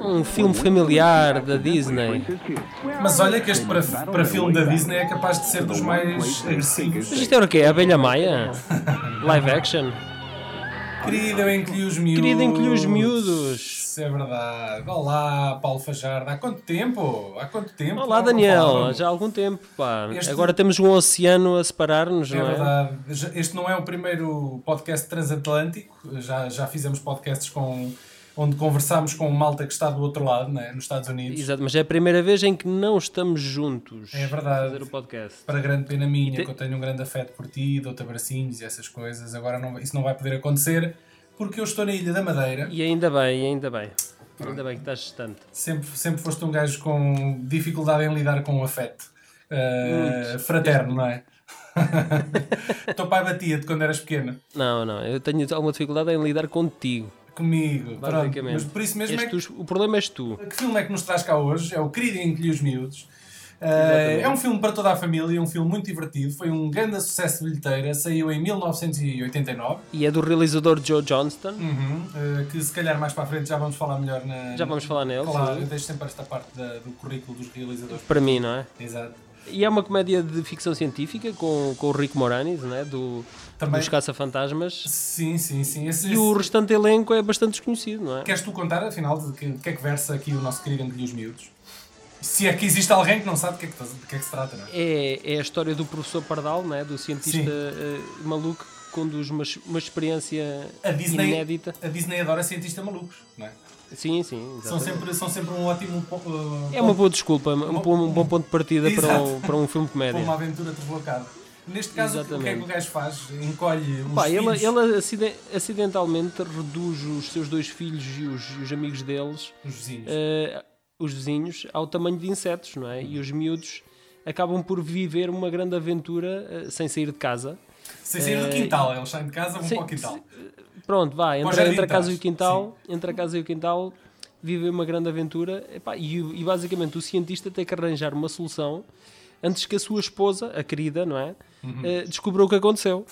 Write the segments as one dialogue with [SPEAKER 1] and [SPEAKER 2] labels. [SPEAKER 1] Um filme né? familiar
[SPEAKER 2] né?
[SPEAKER 1] da Disney.
[SPEAKER 2] Mas olha que este para, para filme da Disney é capaz de ser dos mais agressivos.
[SPEAKER 1] Mas isto era o quê? A Abelha Maia? Live action?
[SPEAKER 2] Querido, eu encolhi os miúdos.
[SPEAKER 1] Querido, encolhi os miúdos.
[SPEAKER 2] Isso é verdade. Olá, Paulo Fajardo. Há quanto tempo? Há quanto tempo?
[SPEAKER 1] Olá,
[SPEAKER 2] que não
[SPEAKER 1] Daniel.
[SPEAKER 2] falávamos?
[SPEAKER 1] Já há algum tempo, pá.
[SPEAKER 2] Este-
[SPEAKER 1] Agora temos um oceano a separar-nos,
[SPEAKER 2] É
[SPEAKER 1] não é?
[SPEAKER 2] verdade. Já- Este não é o primeiro podcast transatlântico. Já, já fizemos podcasts com, onde conversámos com um malta que está do outro lado, né, nos Estados Unidos.
[SPEAKER 1] Exato, mas é a primeira vez em que não estamos juntos
[SPEAKER 2] É verdade.
[SPEAKER 1] a fazer o podcast.
[SPEAKER 2] Para grande pena minha,
[SPEAKER 1] te-
[SPEAKER 2] que eu tenho um grande afeto por ti, dou-te abracinhos e essas coisas. Agora não- isso não vai poder acontecer porque eu estou na Ilha da Madeira.
[SPEAKER 1] E ainda bem, e ainda bem. Ainda bem que estás distante.
[SPEAKER 2] Sempre, sempre foste um gajo com dificuldade em lidar com o afeto. Uh, fraterno, não é? Teu pai batia-te quando eras pequena.
[SPEAKER 1] Não, não, eu tenho alguma dificuldade em lidar contigo,
[SPEAKER 2] Comigo, pronto.
[SPEAKER 1] basicamente.
[SPEAKER 2] Mas por isso mesmo
[SPEAKER 1] És
[SPEAKER 2] é que
[SPEAKER 1] tu- O problema és tu.
[SPEAKER 2] Que filme é que nos traz cá hoje? É o Querido Encolhi os Miúdos. Eh, é um filme para toda a família, um filme muito divertido. Foi um grande sucesso de bilheteira, saiu em 1989.
[SPEAKER 1] E é do realizador Joe Johnston.
[SPEAKER 2] Uhum, eh, que se calhar mais para a frente já vamos falar melhor. Na,
[SPEAKER 1] Já vamos falar nele,
[SPEAKER 2] Claro,
[SPEAKER 1] sim.
[SPEAKER 2] eu deixo sempre esta parte da- do currículo dos realizadores.
[SPEAKER 1] Para mim, não é?
[SPEAKER 2] Exato.
[SPEAKER 1] E é uma comédia de ficção científica com, com o Rick Moranis, não é? Do,
[SPEAKER 2] Também-
[SPEAKER 1] dos Caça-Fantasmas.
[SPEAKER 2] Sim, sim, sim. Esse,
[SPEAKER 1] E o restante elenco é bastante desconhecido, não é?
[SPEAKER 2] Queres tu contar, afinal, de que, de que é que versa aqui o nosso querido Encolhi os Miúdos? Se é que existe alguém que não sabe de que é que, de que, é que se trata, não é?
[SPEAKER 1] É, é a história do professor Pardal, não é? Do cientista eh, maluco que conduz uma, ex- uma experiência
[SPEAKER 2] A Disney,
[SPEAKER 1] inédita.
[SPEAKER 2] a Disney adora cientistas malucos, não é?
[SPEAKER 1] Sim, sim.
[SPEAKER 2] São
[SPEAKER 1] exatamente.
[SPEAKER 2] sempre, são sempre um ótimo po- uh,
[SPEAKER 1] É uma boa desculpa, um, bom- um bom ponto de partida para um, para um filme de
[SPEAKER 2] para uma
[SPEAKER 1] comédia.
[SPEAKER 2] aventura deslocada. Neste caso, o que é que
[SPEAKER 1] Exatamente.
[SPEAKER 2] o gajo faz? Encolhe os
[SPEAKER 1] Pá, ele,
[SPEAKER 2] filhos.
[SPEAKER 1] ele acide- acidentalmente reduz os seus dois filhos e os, e os amigos deles,
[SPEAKER 2] Os vizinhos.
[SPEAKER 1] eh, os vizinhos, ao tamanho de insetos, não é? E os miúdos acabam por viver uma grande aventura eh, sem sair de casa.
[SPEAKER 2] Sem sair do quintal, eles saem de casa, vão
[SPEAKER 1] eh, Sim,
[SPEAKER 2] para o quintal.
[SPEAKER 1] Pronto, vá,
[SPEAKER 2] Para o
[SPEAKER 1] entre,
[SPEAKER 2] jardim
[SPEAKER 1] entre a casa e
[SPEAKER 2] atrás,
[SPEAKER 1] o quintal, entre a casa e o quintal, vivem uma grande aventura epá, e, e basicamente o cientista tem que arranjar uma solução antes que a sua esposa, a querida, não é? Eh, descubra o que aconteceu,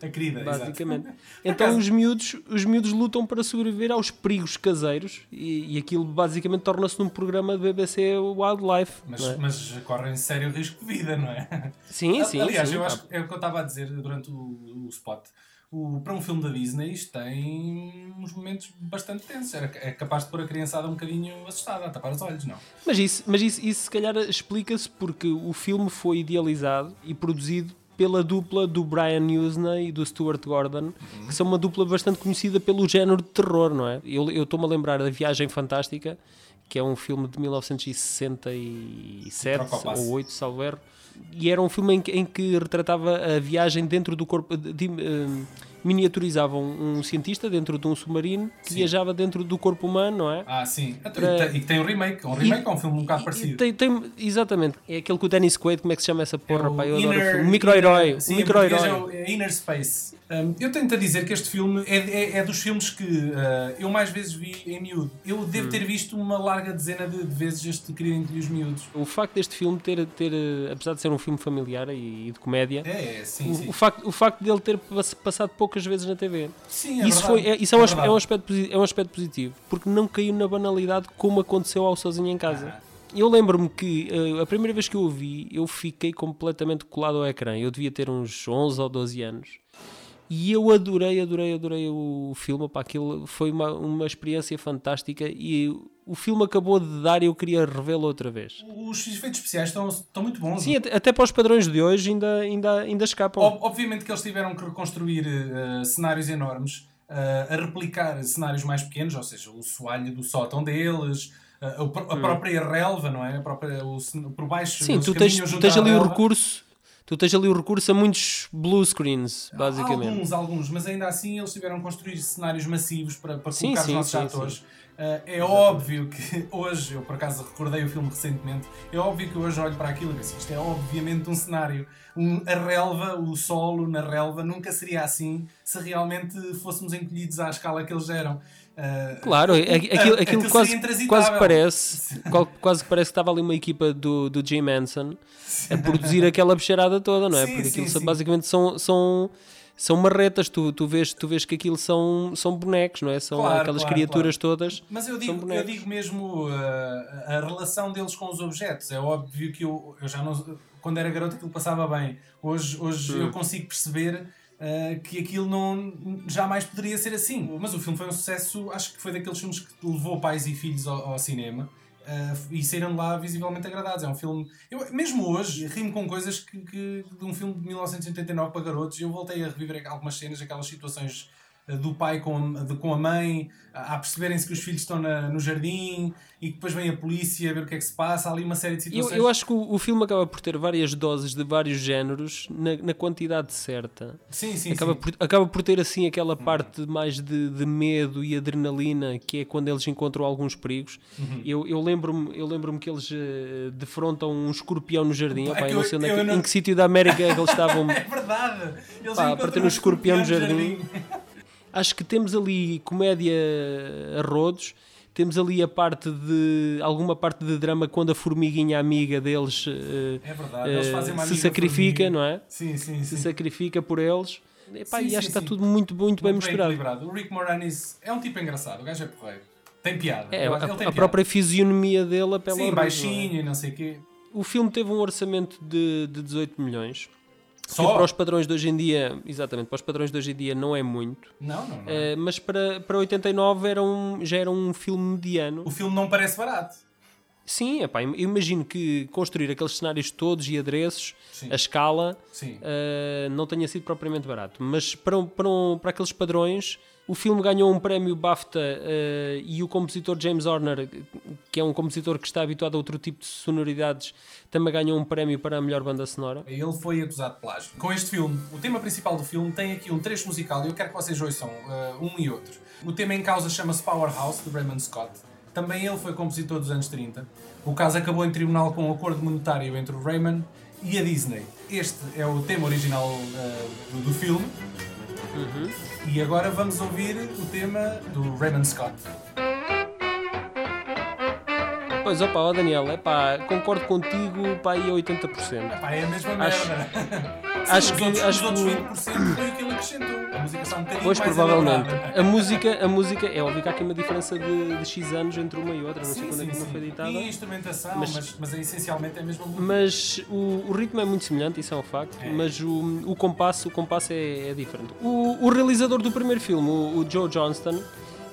[SPEAKER 2] A querida, Uhum. exato.
[SPEAKER 1] basicamente. Então os miúdos, os miúdos lutam para sobreviver aos perigos caseiros e, e aquilo basicamente torna-se num programa de BBC Wildlife.
[SPEAKER 2] Mas,
[SPEAKER 1] não é?
[SPEAKER 2] mas correm sério risco de vida, não é?
[SPEAKER 1] Sim, sim,
[SPEAKER 2] Aliás,
[SPEAKER 1] sim,
[SPEAKER 2] eu
[SPEAKER 1] pá.
[SPEAKER 2] acho que é o que eu estava a dizer durante o, o spot. O- para um filme da Disney, isto tem uns momentos bastante tensos. Era, é capaz de pôr a criançada um bocadinho assustada, a tapar os olhos, não?
[SPEAKER 1] Mas isso, mas isso, isso se calhar explica-se porque o filme foi idealizado e produzido pela dupla do Brian Usna e do Stuart Gordon, que são uma dupla bastante conhecida pelo género de terror, não é? Eu eu estou-me a lembrar da Viagem Fantástica, que é um filme de 1967
[SPEAKER 2] Troca o passe.
[SPEAKER 1] ou 8, salvo erro, e era um filme em que, em que retratava a viagem dentro do corpo. De, de- eh, miniaturizava um, um cientista dentro de um submarino que viajava dentro do corpo humano, não é?
[SPEAKER 2] Ah, sim. Então, E tem- e tem um remake. Um remake é um filme um bocado
[SPEAKER 1] E-
[SPEAKER 2] parecido.
[SPEAKER 1] Tem, tem- exatamente. É aquele que o Dennis Quaid, como é que se chama essa porra,
[SPEAKER 2] o
[SPEAKER 1] pá? Eu adoro
[SPEAKER 2] Inner-
[SPEAKER 1] o filme. Micro-herói.
[SPEAKER 2] Sim,
[SPEAKER 1] O
[SPEAKER 2] em
[SPEAKER 1] micro-herói.
[SPEAKER 2] português é o- é Inner Space. Um, eu tento a dizer que este filme é, é- é dos filmes que uh, eu mais vezes vi em miúdo. Eu devo
[SPEAKER 1] Hum.
[SPEAKER 2] ter visto uma larga dezena de de vezes este Querido Entre os Miúdos.
[SPEAKER 1] O facto deste filme ter, ter, eh, apesar de ser um filme familiar e, e de comédia,
[SPEAKER 2] É, é, sim,
[SPEAKER 1] o,
[SPEAKER 2] sim.
[SPEAKER 1] o facto, o facto dele ter pass- passado poucas vezes na TV.
[SPEAKER 2] Sim, é
[SPEAKER 1] isso
[SPEAKER 2] verdade.
[SPEAKER 1] foi, é, isso é um, aspe-
[SPEAKER 2] verdade.
[SPEAKER 1] é um aspecto, posi- é um aspecto positivo, porque não caiu na banalidade como aconteceu ao Sozinho em Casa.
[SPEAKER 2] Ah.
[SPEAKER 1] Eu lembro-me que eh, a primeira vez que eu o vi, eu fiquei completamente colado ao ecrã. Eu devia ter uns 11 ou 12 anos. E eu adorei, adorei, adorei o filme. Pá, aquilo foi uma, uma experiência fantástica. E o filme acabou de dar e eu queria revê-lo outra vez.
[SPEAKER 2] Os efeitos especiais estão, estão muito bons.
[SPEAKER 1] Sim, é até, até para os padrões de hoje ainda, ainda, ainda escapam.
[SPEAKER 2] Ob- Obviamente que eles tiveram que reconstruir eh, cenários enormes, eh, a replicar cenários mais pequenos, ou seja, o soalho do sótão deles, eh, o pr- a própria relva, não é? A própria, o, cen- por baixo,
[SPEAKER 1] Hum. Sim,
[SPEAKER 2] eles
[SPEAKER 1] tu tens,
[SPEAKER 2] caminham
[SPEAKER 1] tu
[SPEAKER 2] junto
[SPEAKER 1] tens
[SPEAKER 2] à
[SPEAKER 1] ali o
[SPEAKER 2] relva.
[SPEAKER 1] recurso. Tu tens ali o recurso a muitos blue screens, basicamente.
[SPEAKER 2] Alguns, alguns, mas ainda assim eles tiveram que construir cenários massivos para, para
[SPEAKER 1] Sim,
[SPEAKER 2] colocar os
[SPEAKER 1] sim,
[SPEAKER 2] nossos
[SPEAKER 1] sim,
[SPEAKER 2] atores. Ah, é óbvio que hoje, eu por acaso recordei o filme recentemente, é óbvio que hoje olho para aquilo e penso, isto é obviamente um cenário. Um- a relva, o solo na relva, nunca seria assim se realmente fôssemos encolhidos à escala que eles eram. Ah,
[SPEAKER 1] Claro, a- aquilo,
[SPEAKER 2] aquilo
[SPEAKER 1] aquilo
[SPEAKER 2] seria
[SPEAKER 1] quase,
[SPEAKER 2] intransitável.
[SPEAKER 1] quase que parece qual- quase que parece que estava ali uma equipa do, do Jim Manson a produzir aquela bexarada toda, não é?
[SPEAKER 2] Sim,
[SPEAKER 1] Porque
[SPEAKER 2] sim,
[SPEAKER 1] aquilo são-
[SPEAKER 2] sim.
[SPEAKER 1] basicamente são, são são marretas, tu, tu, vês, tu vês que aquilo são, são bonecos, não é? São
[SPEAKER 2] Claro,
[SPEAKER 1] aquelas
[SPEAKER 2] claro,
[SPEAKER 1] criaturas todas.
[SPEAKER 2] Mas eu
[SPEAKER 1] são
[SPEAKER 2] digo, eu
[SPEAKER 1] bonecos.
[SPEAKER 2] digo mesmo uh, a relação deles com os objetos. É óbvio que eu, eu já não. Quando era garoto aquilo passava bem. Hoje, hoje eu consigo perceber uh, que aquilo não, jamais poderia ser assim. Mas o filme foi um sucesso, acho que foi daqueles filmes que levou pais e filhos ao, ao cinema. uh, e saíram de lá visivelmente agradados. É um filme. Eu, mesmo hoje, rimo com coisas que, que- de um filme de 1989 para garotos. Eu voltei a reviver algumas cenas, aquelas situações uh, do pai com a, de- com a mãe, a, a perceberem-se que os filhos estão na- no jardim e que depois vem a polícia a ver o que é que se passa. Há ali uma série de
[SPEAKER 1] Eu,
[SPEAKER 2] situações.
[SPEAKER 1] eu acho que o, o filme acaba por ter várias doses de vários géneros na, na quantidade certa.
[SPEAKER 2] Sim, sim,
[SPEAKER 1] acaba,
[SPEAKER 2] sim.
[SPEAKER 1] Por, acaba por ter assim aquela parte mais de, de medo e adrenalina que é quando eles encontram alguns perigos.
[SPEAKER 2] Uhum.
[SPEAKER 1] Eu, eu lembro-me eu lembro que eles eh, defrontam um escorpião no jardim.
[SPEAKER 2] Pá,
[SPEAKER 1] Opá,
[SPEAKER 2] que
[SPEAKER 1] eu não
[SPEAKER 2] eu-
[SPEAKER 1] sei onde é
[SPEAKER 2] eu
[SPEAKER 1] que-
[SPEAKER 2] não-
[SPEAKER 1] em que sítio da América é que eles estavam.
[SPEAKER 2] É verdade! Eles
[SPEAKER 1] Pá,
[SPEAKER 2] encontram
[SPEAKER 1] para ter um escorpião no jardim. Acho que temos ali comédia a rodos, temos ali a parte de alguma parte de drama quando a formiguinha amiga deles eh,
[SPEAKER 2] É verdade, eles
[SPEAKER 1] eh,
[SPEAKER 2] fazem uma
[SPEAKER 1] se
[SPEAKER 2] amiga
[SPEAKER 1] sacrifica,
[SPEAKER 2] formiga.
[SPEAKER 1] não é?
[SPEAKER 2] Sim, sim,
[SPEAKER 1] Se
[SPEAKER 2] sim.
[SPEAKER 1] sacrifica por eles. Epá,
[SPEAKER 2] Sim,
[SPEAKER 1] e
[SPEAKER 2] sim,
[SPEAKER 1] acho que está
[SPEAKER 2] sim.
[SPEAKER 1] tudo muito, muito bem
[SPEAKER 2] Muito
[SPEAKER 1] misturado.
[SPEAKER 2] equilibrado. O Rick Moranis é um tipo engraçado, o gajo é porreiro. Tem piada.
[SPEAKER 1] É,
[SPEAKER 2] Eu
[SPEAKER 1] a,
[SPEAKER 2] acho que ele tem
[SPEAKER 1] a
[SPEAKER 2] piada.
[SPEAKER 1] própria fisionomia dele apela ao
[SPEAKER 2] Sim,
[SPEAKER 1] riso, não
[SPEAKER 2] baixinho e não sei o quê.
[SPEAKER 1] é? O filme teve um orçamento de, de 18 milhões. Que
[SPEAKER 2] Só?
[SPEAKER 1] para os padrões de hoje em dia, exatamente, para os padrões de hoje em dia não é muito.
[SPEAKER 2] Não, não, é? não.
[SPEAKER 1] Eh, mas para, para 89 era um, já era um filme mediano.
[SPEAKER 2] O filme não parece barato.
[SPEAKER 1] Sim, epá, eu imagino que construir aqueles cenários todos e adereços,
[SPEAKER 2] Sim.
[SPEAKER 1] a escala,
[SPEAKER 2] Sim.
[SPEAKER 1] eh, não tenha sido propriamente barato. Mas para, um- para, um- para aqueles padrões, o filme ganhou um prémio BAFTA eh, e o compositor James Horner, que é um compositor que está habituado a outro tipo de sonoridades, também ganhou um prémio para a melhor banda sonora.
[SPEAKER 2] Ele foi acusado de plágio. Com este filme, o tema principal do filme tem aqui um trecho musical e eu quero que vocês ouçam eh, um e outro. O tema em causa chama-se Powerhouse, de Raymond Scott. Também ele foi compositor dos anos 30. O caso acabou em tribunal com um acordo monetário entre o Raymond e a Disney. Este é o tema original eh, do, do filme.
[SPEAKER 1] Uhum.
[SPEAKER 2] E agora vamos ouvir o tema do Raymond Scott.
[SPEAKER 1] Pois, opa, ó Daniel, epá, concordo contigo, pá, aí a 80%.
[SPEAKER 2] Pá, é a mesma
[SPEAKER 1] Acho-
[SPEAKER 2] merda.
[SPEAKER 1] acho
[SPEAKER 2] os
[SPEAKER 1] que-
[SPEAKER 2] outros,
[SPEAKER 1] acho
[SPEAKER 2] os outros
[SPEAKER 1] que o-
[SPEAKER 2] 20% foi o que ele acrescentou. A música está um bocadinho
[SPEAKER 1] Pois,
[SPEAKER 2] mais
[SPEAKER 1] provavelmente.
[SPEAKER 2] elaborada.
[SPEAKER 1] A música, a música, é óbvio que há aqui uma diferença de, de X anos entre uma e outra, não sei
[SPEAKER 2] Sim,
[SPEAKER 1] quando é
[SPEAKER 2] sim,
[SPEAKER 1] que não
[SPEAKER 2] sim.
[SPEAKER 1] foi editada.
[SPEAKER 2] E a instrumentação,
[SPEAKER 1] Mas-
[SPEAKER 2] mas, mas é essencialmente é mesmo a música.
[SPEAKER 1] mas o, o ritmo é muito semelhante, isso é um facto,
[SPEAKER 2] É.
[SPEAKER 1] mas o, o compasso, o compasso é, é diferente. O, o realizador do primeiro filme, o, o Joe Johnston,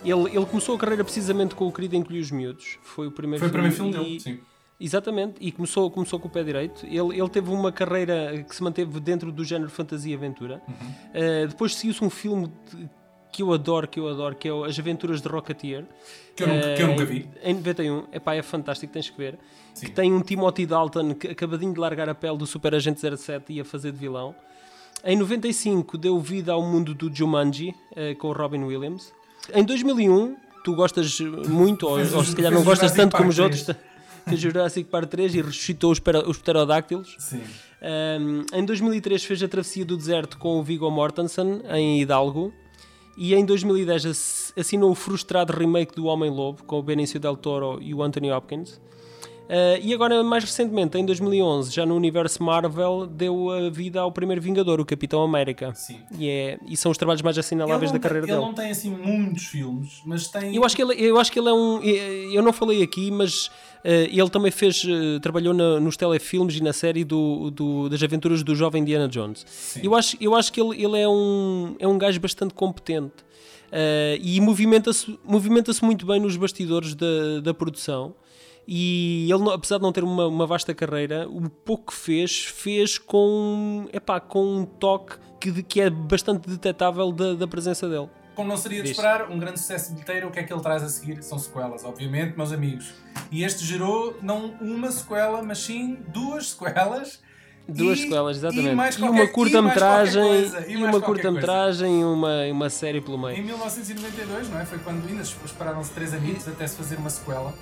[SPEAKER 1] ele, ele começou a carreira precisamente com o querido Encolhi os Miúdos. Foi o primeiro
[SPEAKER 2] Foi o
[SPEAKER 1] filme,
[SPEAKER 2] primeiro filme
[SPEAKER 1] e-
[SPEAKER 2] dele, sim.
[SPEAKER 1] Exatamente, e começou, começou com o pé direito. Ele, ele teve uma carreira que se manteve dentro do género fantasia e aventura.
[SPEAKER 2] Uhum.
[SPEAKER 1] Uh, depois seguiu-se um filme de- que eu adoro, que eu adoro, que é o As Aventuras de Rocketeer.
[SPEAKER 2] Que eu nunca- que eu
[SPEAKER 1] Uh,
[SPEAKER 2] nunca vi.
[SPEAKER 1] Em 91. Epá, é fantástico, tens que ver.
[SPEAKER 2] Sim.
[SPEAKER 1] Que tem um Timothy Dalton que acabadinho de largar a pele do Super Agente 07 e a fazer de vilão. Em 95 deu vida ao mundo do Jumanji uh, com o Robin Williams. Em 2001, tu gostas muito, ou,
[SPEAKER 2] Fez
[SPEAKER 1] ou
[SPEAKER 2] os-
[SPEAKER 1] se calhar
[SPEAKER 2] fez
[SPEAKER 1] não
[SPEAKER 2] os
[SPEAKER 1] gostas
[SPEAKER 2] Jurassic
[SPEAKER 1] tanto como
[SPEAKER 2] Park
[SPEAKER 1] os outros,
[SPEAKER 2] 3.
[SPEAKER 1] fez Jurassic Park 3 e ressuscitou os, ptero- os pterodáctilos.
[SPEAKER 2] Sim.
[SPEAKER 1] Um, em 2003 fez a travessia do deserto com o Viggo Mortensen em Hidalgo e em 2010 ass- assinou o frustrado remake do Homem-Lobo com o Benicio del Toro e o Anthony Hopkins. Uh, e agora, mais recentemente, em 2011, já no universo Marvel, deu a vida ao primeiro Vingador, o Capitão América.
[SPEAKER 2] Sim.
[SPEAKER 1] E, é, e são os trabalhos mais assinaláveis da
[SPEAKER 2] não, tem-
[SPEAKER 1] carreira
[SPEAKER 2] ele
[SPEAKER 1] dele.
[SPEAKER 2] não tem assim muitos filmes, mas tem.
[SPEAKER 1] Eu acho que ele, eu acho que ele é um. eh, Eu não falei aqui, mas eh, ele também fez. eh, trabalhou na- nos telefilmes e na série do, do- das aventuras do jovem Indiana Jones. Eu acho, eu acho que ele, ele é, um, é um gajo bastante competente eh, e movimenta-se movimenta muito bem nos bastidores da, da produção. E ele, não- apesar de não ter uma, uma vasta carreira, o pouco que fez, fez com, epá, com um toque que, de- que é bastante detetável da- da presença dele.
[SPEAKER 2] Como não seria de
[SPEAKER 1] Diz.
[SPEAKER 2] esperar, um grande sucesso de bilheteiro, o que é que ele traz a seguir? São sequelas, obviamente, meus amigos. E este gerou não uma sequela, mas sim duas sequelas.
[SPEAKER 1] Duas
[SPEAKER 2] e-
[SPEAKER 1] sequelas, exatamente.
[SPEAKER 2] E, mais qualquer,
[SPEAKER 1] uma
[SPEAKER 2] e mais
[SPEAKER 1] curta-metragem,
[SPEAKER 2] qualquer coisa,
[SPEAKER 1] e,
[SPEAKER 2] e mais
[SPEAKER 1] uma
[SPEAKER 2] qualquer coisa.
[SPEAKER 1] curta-metragem e uma, e uma série pelo
[SPEAKER 2] Em
[SPEAKER 1] meio.
[SPEAKER 2] 1992, não é? Foi quando ainda esperaram-se três amigos até se fazer uma sequela.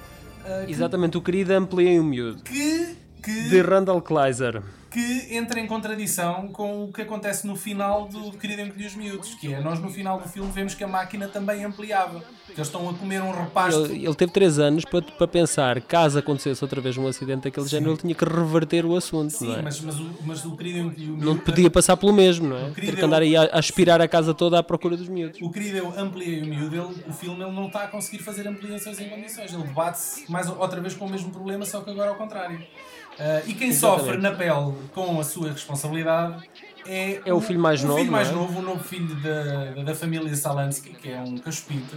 [SPEAKER 2] ah, que-
[SPEAKER 1] Exatamente, o querido Ampliei o um Miúdo,
[SPEAKER 2] Que. que
[SPEAKER 1] de Randall Kleiser.
[SPEAKER 2] que entra em contradição com o que acontece no final do Querido Encolhi os Miúdos, que é nós no final do filme vemos que a máquina também ampliava. que Eles estão a comer um repasto.
[SPEAKER 1] Ele, ele teve 3 anos para, para pensar, caso acontecesse outra vez um acidente daquele género, ele tinha que reverter o assunto, não
[SPEAKER 2] Sim,
[SPEAKER 1] é?
[SPEAKER 2] mas, mas, o, mas o Querido Encolhi o
[SPEAKER 1] Não
[SPEAKER 2] Miúdo.
[SPEAKER 1] podia passar pelo mesmo, não é?
[SPEAKER 2] querido,
[SPEAKER 1] Ter que andar aí a a aspirar a casa toda à procura dos miúdos.
[SPEAKER 2] O querido eu ampliei o miúdo, ele- o filme ele não está a conseguir fazer ampliações em condições. Ele debate-se mais outra vez com o mesmo problema, só que agora ao contrário. Ah, e quem sofre na pele com a sua responsabilidade é,
[SPEAKER 1] É o filho mais
[SPEAKER 2] o
[SPEAKER 1] novo,
[SPEAKER 2] filho mais
[SPEAKER 1] não é?
[SPEAKER 2] novo, o novo filho da, da- da família Salansky, que é um caspito,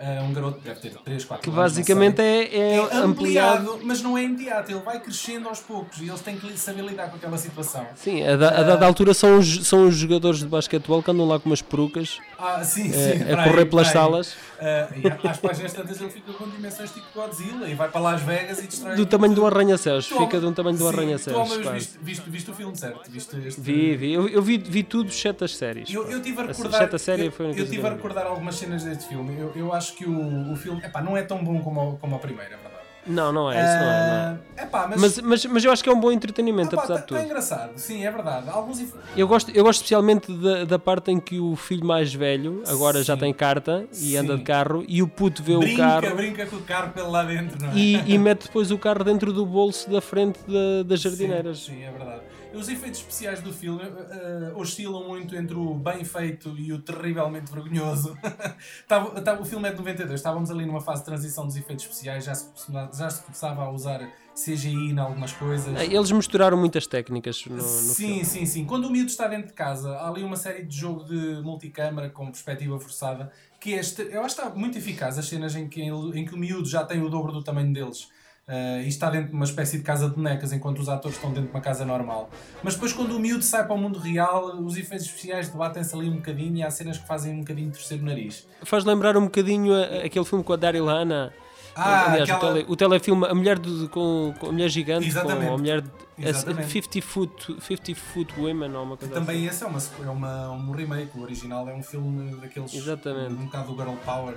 [SPEAKER 2] ah, um garoto que deve ter 3, 4
[SPEAKER 1] Que
[SPEAKER 2] anos.
[SPEAKER 1] basicamente
[SPEAKER 2] não sei.
[SPEAKER 1] é, é
[SPEAKER 2] É
[SPEAKER 1] ampliado.
[SPEAKER 2] ampliado, mas não é imediato. Ele vai crescendo aos poucos e eles têm que saber lidar com aquela situação.
[SPEAKER 1] Sim, a, da, a
[SPEAKER 2] Ah.
[SPEAKER 1] dada altura são os, são os jogadores de basquetebol que andam lá com umas perucas
[SPEAKER 2] Ah, sim,
[SPEAKER 1] a, a
[SPEAKER 2] sim. para aí,
[SPEAKER 1] É, correr pelas
[SPEAKER 2] para aí.
[SPEAKER 1] salas
[SPEAKER 2] Ah, e há- às páginas tantas ele fica com dimensões tipo Godzilla e vai para Las Vegas e destrói.
[SPEAKER 1] do tamanho do arranha-céus.
[SPEAKER 2] Tu ao-
[SPEAKER 1] Fica de um tamanho do
[SPEAKER 2] Sim,
[SPEAKER 1] arranha-céus.
[SPEAKER 2] Tu ao menos
[SPEAKER 1] quase.
[SPEAKER 2] viste, viste, viste o filme, certo? Viste este...
[SPEAKER 1] Vi, vi. Eu, eu vi, vi tudo, exceto as séries.
[SPEAKER 2] Eu, eu tive a
[SPEAKER 1] A
[SPEAKER 2] recordar,
[SPEAKER 1] sexta série
[SPEAKER 2] eu,
[SPEAKER 1] foi a única
[SPEAKER 2] eu
[SPEAKER 1] coisa
[SPEAKER 2] tive a
[SPEAKER 1] que eu vi.
[SPEAKER 2] recordar algumas cenas deste filme. Eu, eu acho que o, o filme epá, não é tão bom como, o- como a primeira, é verdade.
[SPEAKER 1] Não, não é. Isso não é. não é.
[SPEAKER 2] Ah, epá, mas,
[SPEAKER 1] Mas, mas, mas eu acho que é um bom entretenimento, apesar
[SPEAKER 2] está
[SPEAKER 1] de tudo.
[SPEAKER 2] engraçado, sim, é verdade. Alguns inf-
[SPEAKER 1] Eu gosto, eu gosto especialmente da, da parte em que o filho mais velho agora já
[SPEAKER 2] Sim.
[SPEAKER 1] tem carta e
[SPEAKER 2] Sim.
[SPEAKER 1] anda de carro e o puto vê o
[SPEAKER 2] brinca,
[SPEAKER 1] carro
[SPEAKER 2] brinca com o carro pelo lá dentro, não é?
[SPEAKER 1] e, e mete depois o carro dentro do bolso da frente da- das jardineiras.
[SPEAKER 2] Sim, sim, é verdade. Os efeitos especiais do filme eh, oscilam muito entre o bem feito e o terrivelmente vergonhoso. Tava- tava- o filme é de 92, estávamos ali numa fase de transição dos efeitos especiais, já se, começava- já se começava a usar CGI em algumas coisas.
[SPEAKER 1] Ah, Eles misturaram muitas técnicas no, no
[SPEAKER 2] sim,
[SPEAKER 1] filme.
[SPEAKER 2] sim, sim. Quando o miúdo está dentro de casa, há ali uma série de jogo de multicâmara com perspectiva forçada que é este, eu acho que está muito eficaz. As cenas em que, ele- em que o miúdo já tem o dobro do tamanho deles. ah, e está dentro de uma espécie de casa de bonecas enquanto os atores estão dentro de uma casa normal. Mas depois, quando o miúdo sai para o mundo real, os efeitos especiais debatem-se ali um bocadinho e há cenas que fazem um bocadinho torcer o nariz.
[SPEAKER 1] Faz lembrar um bocadinho a- a- aquele filme com a Daryl Hannah.
[SPEAKER 2] Ah,
[SPEAKER 1] Aliás, o, tele- o telefilme A Mulher, do, com, com a mulher Gigante, com
[SPEAKER 2] Exatamente.
[SPEAKER 1] a Mulher de- a-
[SPEAKER 2] Exatamente.
[SPEAKER 1] 50 Foot, 50 foot Women, ou uma coisa assim.
[SPEAKER 2] Também esse é, uma, sequ- é uma- um remake, o original é um filme daqueles.
[SPEAKER 1] Exatamente.
[SPEAKER 2] Um bocado do Girl Power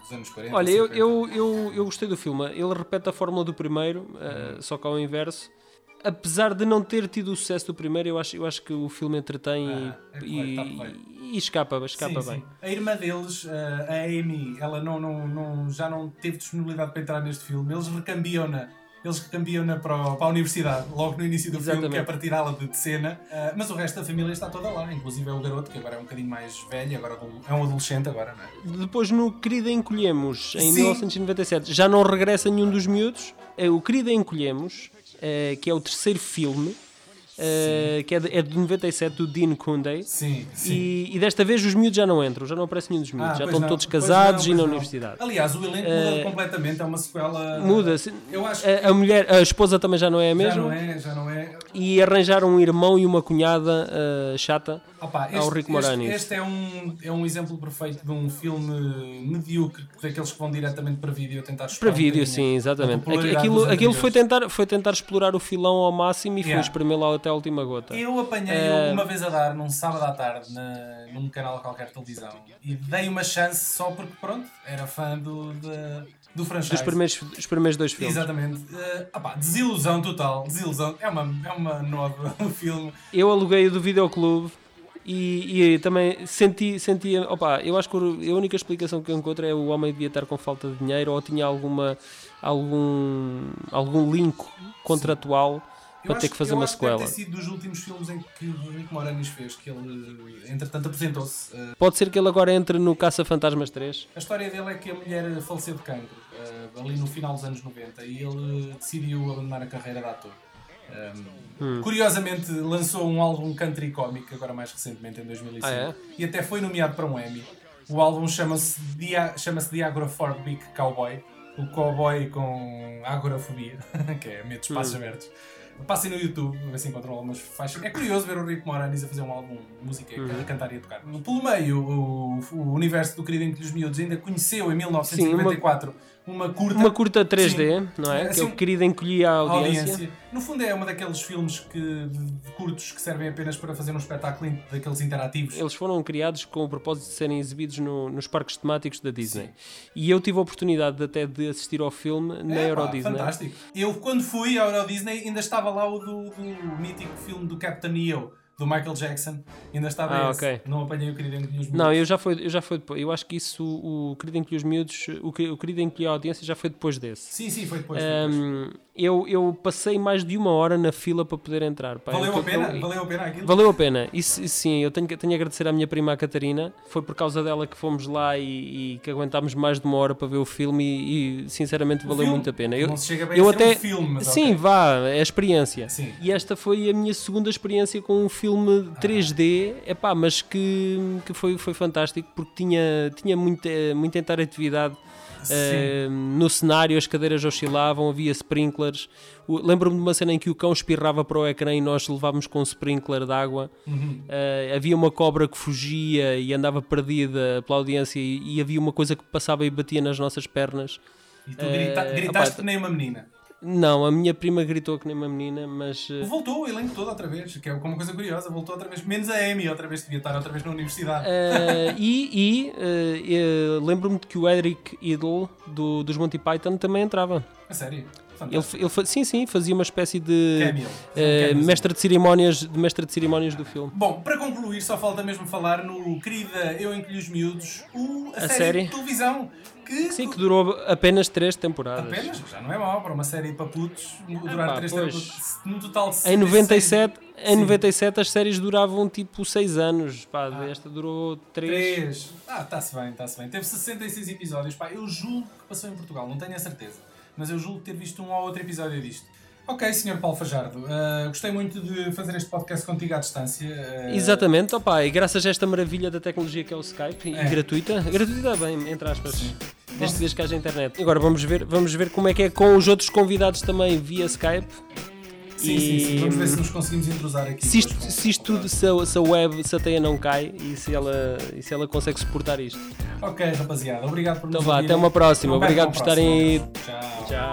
[SPEAKER 2] dos anos 40.
[SPEAKER 1] Olha, eu,
[SPEAKER 2] 50.
[SPEAKER 1] eu, eu, eu gostei do filme. Ele repete a fórmula do primeiro, eh,
[SPEAKER 2] Uhum.
[SPEAKER 1] só que ao inverso. Apesar de não ter tido o sucesso do primeiro, eu acho, eu acho que o filme entretém e-
[SPEAKER 2] Ah, é
[SPEAKER 1] e,
[SPEAKER 2] claro, tá porreiro.
[SPEAKER 1] e escapa, escapa
[SPEAKER 2] Sim,
[SPEAKER 1] tá bem.
[SPEAKER 2] sim. A irmã deles, eh, a Amy, ela não, não, não, já não teve disponibilidade para entrar neste filme. Eles recambiam-na. Eles recambiam-na para, o- para a universidade, logo no início do filme,
[SPEAKER 1] Exatamente.
[SPEAKER 2] que é para tirá-la de, de cena. Eh, mas o resto da família está toda lá, inclusive é o garoto, que agora é um bocadinho mais velho, agora é um adolescente agora, não é?
[SPEAKER 1] Depois no Querida Encolhemos, em
[SPEAKER 2] Sim.
[SPEAKER 1] 1997, já não regressa nenhum dos miúdos. É o Querida Encolhemos, eh, que é o terceiro filme, eh, que é de, é de 97, do Dean Kunde.
[SPEAKER 2] Sim, sim.
[SPEAKER 1] E, e desta vez os miúdos já não entram, já não aparece nenhum dos miúdos,
[SPEAKER 2] Ah,
[SPEAKER 1] já
[SPEAKER 2] pois
[SPEAKER 1] estão
[SPEAKER 2] não,
[SPEAKER 1] todos
[SPEAKER 2] pois
[SPEAKER 1] casados
[SPEAKER 2] não,
[SPEAKER 1] e na
[SPEAKER 2] pois não.
[SPEAKER 1] universidade. Eh,
[SPEAKER 2] Aliás, o elenco muda completamente, é uma sequela.
[SPEAKER 1] Muda-se.
[SPEAKER 2] Eu acho que
[SPEAKER 1] A, a mulher, a esposa também já não é a
[SPEAKER 2] já
[SPEAKER 1] mesma.
[SPEAKER 2] não é, já não é.
[SPEAKER 1] E arranjaram um irmão e uma cunhada eh, chata.
[SPEAKER 2] Opa,
[SPEAKER 1] Há o Rico Moranis.
[SPEAKER 2] Este, este é, um, é um exemplo perfeito de um filme medíocre, daqueles que vão diretamente para vídeo tentar
[SPEAKER 1] Para
[SPEAKER 2] explorar um
[SPEAKER 1] vídeo,
[SPEAKER 2] bocadinho
[SPEAKER 1] sim,
[SPEAKER 2] a
[SPEAKER 1] exatamente. Aqui-
[SPEAKER 2] popularidade
[SPEAKER 1] Aquilo,
[SPEAKER 2] dos
[SPEAKER 1] aquilo
[SPEAKER 2] anteriores.
[SPEAKER 1] foi, tentar, foi tentar explorar o filão ao máximo e foi
[SPEAKER 2] Yeah.
[SPEAKER 1] espremer lá até a última gota.
[SPEAKER 2] Eu apanhei
[SPEAKER 1] Eh,
[SPEAKER 2] uma vez a dar num sábado à tarde na- num canal qualquer de televisão e dei uma chance só porque, pronto, era fã do, de- do franchise.
[SPEAKER 1] Dos primeiros, os primeiros dois filmes.
[SPEAKER 2] Exatamente. Eh, opá, desilusão total. Desilusão. É uma, é uma nova o filme.
[SPEAKER 1] Eu aluguei o do videoclube e, e também senti, senti opa, eu acho que a única explicação que eu encontro é o homem devia estar com falta de dinheiro ou tinha alguma algum algum link contratual
[SPEAKER 2] Eu
[SPEAKER 1] para ter
[SPEAKER 2] acho-
[SPEAKER 1] que fazer
[SPEAKER 2] eu
[SPEAKER 1] uma
[SPEAKER 2] acho que deve
[SPEAKER 1] sequela.
[SPEAKER 2] ter sido dos últimos filmes em que o Rico Moranis fez, que ele, entretanto, apresentou-se. eh,
[SPEAKER 1] Pode ser que ele agora entre no Caça Fantasmas 3.
[SPEAKER 2] A história dele é que a mulher faleceu de cancro eh, ali no final dos anos 90 e ele decidiu abandonar a carreira de ator.
[SPEAKER 1] Hum.
[SPEAKER 2] Um, Curiosamente, lançou um álbum country cómico, agora mais recentemente, em 2005,
[SPEAKER 1] Ah, é?
[SPEAKER 2] e até foi nomeado para um Emmy. O álbum chama-se Dia- chama-se The Agoraphobic Cowboy o cowboy com agorafobia, que é medo de
[SPEAKER 1] Hum.
[SPEAKER 2] espaços abertos. Passem no YouTube, a ver se encontram algumas faixas. É curioso ver o Rick Moranis a fazer um álbum de música,
[SPEAKER 1] Uhum.
[SPEAKER 2] a cantar e a tocar. Pelo meio, o, o universo do querido Entre os Miúdos ainda conheceu em 1994 uma, curta
[SPEAKER 1] Uma curta 3D,
[SPEAKER 2] Sim.
[SPEAKER 1] não é? Que
[SPEAKER 2] Assim,
[SPEAKER 1] eu querida encolhi à
[SPEAKER 2] audiência.
[SPEAKER 1] audiência.
[SPEAKER 2] No fundo, é um daqueles filmes que, de, de curtos que servem apenas para fazer um espetáculo in- daqueles interativos.
[SPEAKER 1] Eles foram criados com o propósito de serem exibidos no- nos parques temáticos da Disney. E eu tive a oportunidade de- até de assistir ao filme na
[SPEAKER 2] É,
[SPEAKER 1] Euro
[SPEAKER 2] pá,
[SPEAKER 1] Disney.
[SPEAKER 2] Fantástico. Eu, quando fui à Euro Disney, ainda estava lá o do, do mítico filme do Captain EO, do Michael Jackson. Ainda estava
[SPEAKER 1] Ah,
[SPEAKER 2] esse.
[SPEAKER 1] ok.
[SPEAKER 2] Não apanhei o querido em Colhi os
[SPEAKER 1] Não,
[SPEAKER 2] Miúdos.
[SPEAKER 1] eu já foi, eu já foi depois. Eu acho que isso, o querido em que os miúdos, o, que- o querido em que a audiência já foi depois desse.
[SPEAKER 2] Sim, sim, foi depois. foi depois.
[SPEAKER 1] Ahm, eu, eu passei mais de uma hora na fila para poder entrar. pá.
[SPEAKER 2] valeu
[SPEAKER 1] Eu-
[SPEAKER 2] a pena?
[SPEAKER 1] eu-
[SPEAKER 2] valeu a pena aquilo?
[SPEAKER 1] Valeu a pena, isso, isso sim, eu tenho que, tenho que agradecer à minha prima a Catarina. Foi por causa dela que fomos lá e, e que aguentámos mais de uma hora para ver o filme e, e, sinceramente valeu
[SPEAKER 2] filme?
[SPEAKER 1] muito a pena. Eu,
[SPEAKER 2] Não se chega bem
[SPEAKER 1] eu
[SPEAKER 2] a ser
[SPEAKER 1] até
[SPEAKER 2] um filme, mas
[SPEAKER 1] sim,
[SPEAKER 2] ok.
[SPEAKER 1] vá, é a experiência.
[SPEAKER 2] Sim. Ah.
[SPEAKER 1] E esta foi a minha segunda experiência com um filme 3D, epá, mas que, que foi, foi fantástico porque tinha, tinha muita, muita interatividade.
[SPEAKER 2] Sim.
[SPEAKER 1] eh, no cenário as cadeiras oscilavam, havia sprinklers. O- Lembro-me de uma cena em que o cão espirrava para o ecrã e nós levávamos com um sprinkler de água.
[SPEAKER 2] Uhum.
[SPEAKER 1] Eh, havia uma cobra que fugia e andava perdida pela audiência, e, e havia uma coisa que passava e batia nas nossas pernas.
[SPEAKER 2] E tu grita-
[SPEAKER 1] Eh,
[SPEAKER 2] gritaste
[SPEAKER 1] opá,
[SPEAKER 2] que nem uma menina.
[SPEAKER 1] Não, a minha prima gritou que nem uma menina, mas. eh,
[SPEAKER 2] Voltou o elenco todo outra vez, que é uma coisa curiosa. Voltou outra vez, menos a Amy, outra vez devia estar outra vez na universidade.
[SPEAKER 1] Eh, e e, eh, eh, lembro-me de que o Eric Idle do, dos Monty Python também entrava.
[SPEAKER 2] A sério.
[SPEAKER 1] Ele,
[SPEAKER 2] Fantástico.
[SPEAKER 1] fa- ele fa- sim, sim, fazia uma espécie de
[SPEAKER 2] Cameo.
[SPEAKER 1] eh,
[SPEAKER 2] Cameo, sim.
[SPEAKER 1] mestre de cerimónias, de mestre de cerimónias do filme.
[SPEAKER 2] Bom, para concluir, só falta mesmo falar no querida Eu Encolhi os Miúdos, o, a,
[SPEAKER 1] A
[SPEAKER 2] série,
[SPEAKER 1] série?
[SPEAKER 2] de televisão que
[SPEAKER 1] Sim, que durou apenas três temporadas.
[SPEAKER 2] apenas, já não é mau, para uma série para putos,
[SPEAKER 1] pá,
[SPEAKER 2] durar 3
[SPEAKER 1] pois.
[SPEAKER 2] tempos, num total de
[SPEAKER 1] Em 97, em
[SPEAKER 2] Sim.
[SPEAKER 1] 97 as séries duravam tipo 6 anos. Pá,
[SPEAKER 2] Ah.
[SPEAKER 1] Esta durou 3.
[SPEAKER 2] 3. Ah, está-se bem, está-se bem. Teve 66 episódios, pá, eu julgo que passou em Portugal, não tenho a certeza, mas eu julgo ter visto um ou outro episódio disto. Ok, Sr. Paulo Fajardo, ah, gostei muito de fazer este podcast contigo à distância. ah,
[SPEAKER 1] Exatamente, opá, e graças a esta maravilha da tecnologia que é o Skype, e
[SPEAKER 2] É.
[SPEAKER 1] gratuita, gratuita bem, entre aspas, desde,
[SPEAKER 2] Bom.
[SPEAKER 1] desde que haja internet. Agora vamos ver, vamos ver como é que é com os outros convidados também via Skype.
[SPEAKER 2] Sim, sim, sim, vamos ver se nos conseguimos entrosar aqui.
[SPEAKER 1] Se isto,
[SPEAKER 2] depois com-
[SPEAKER 1] se isto tudo, se a, se a web, se a teia não cai e se ela, e se ela consegue suportar isto.
[SPEAKER 2] Ok, rapaziada, obrigado por nos
[SPEAKER 1] Então vá,
[SPEAKER 2] ouvirem.
[SPEAKER 1] até uma próxima.
[SPEAKER 2] Roberto,
[SPEAKER 1] Obrigado
[SPEAKER 2] até
[SPEAKER 1] por
[SPEAKER 2] uma
[SPEAKER 1] estarem aí.
[SPEAKER 2] próxima. Tchau.
[SPEAKER 1] Tchau.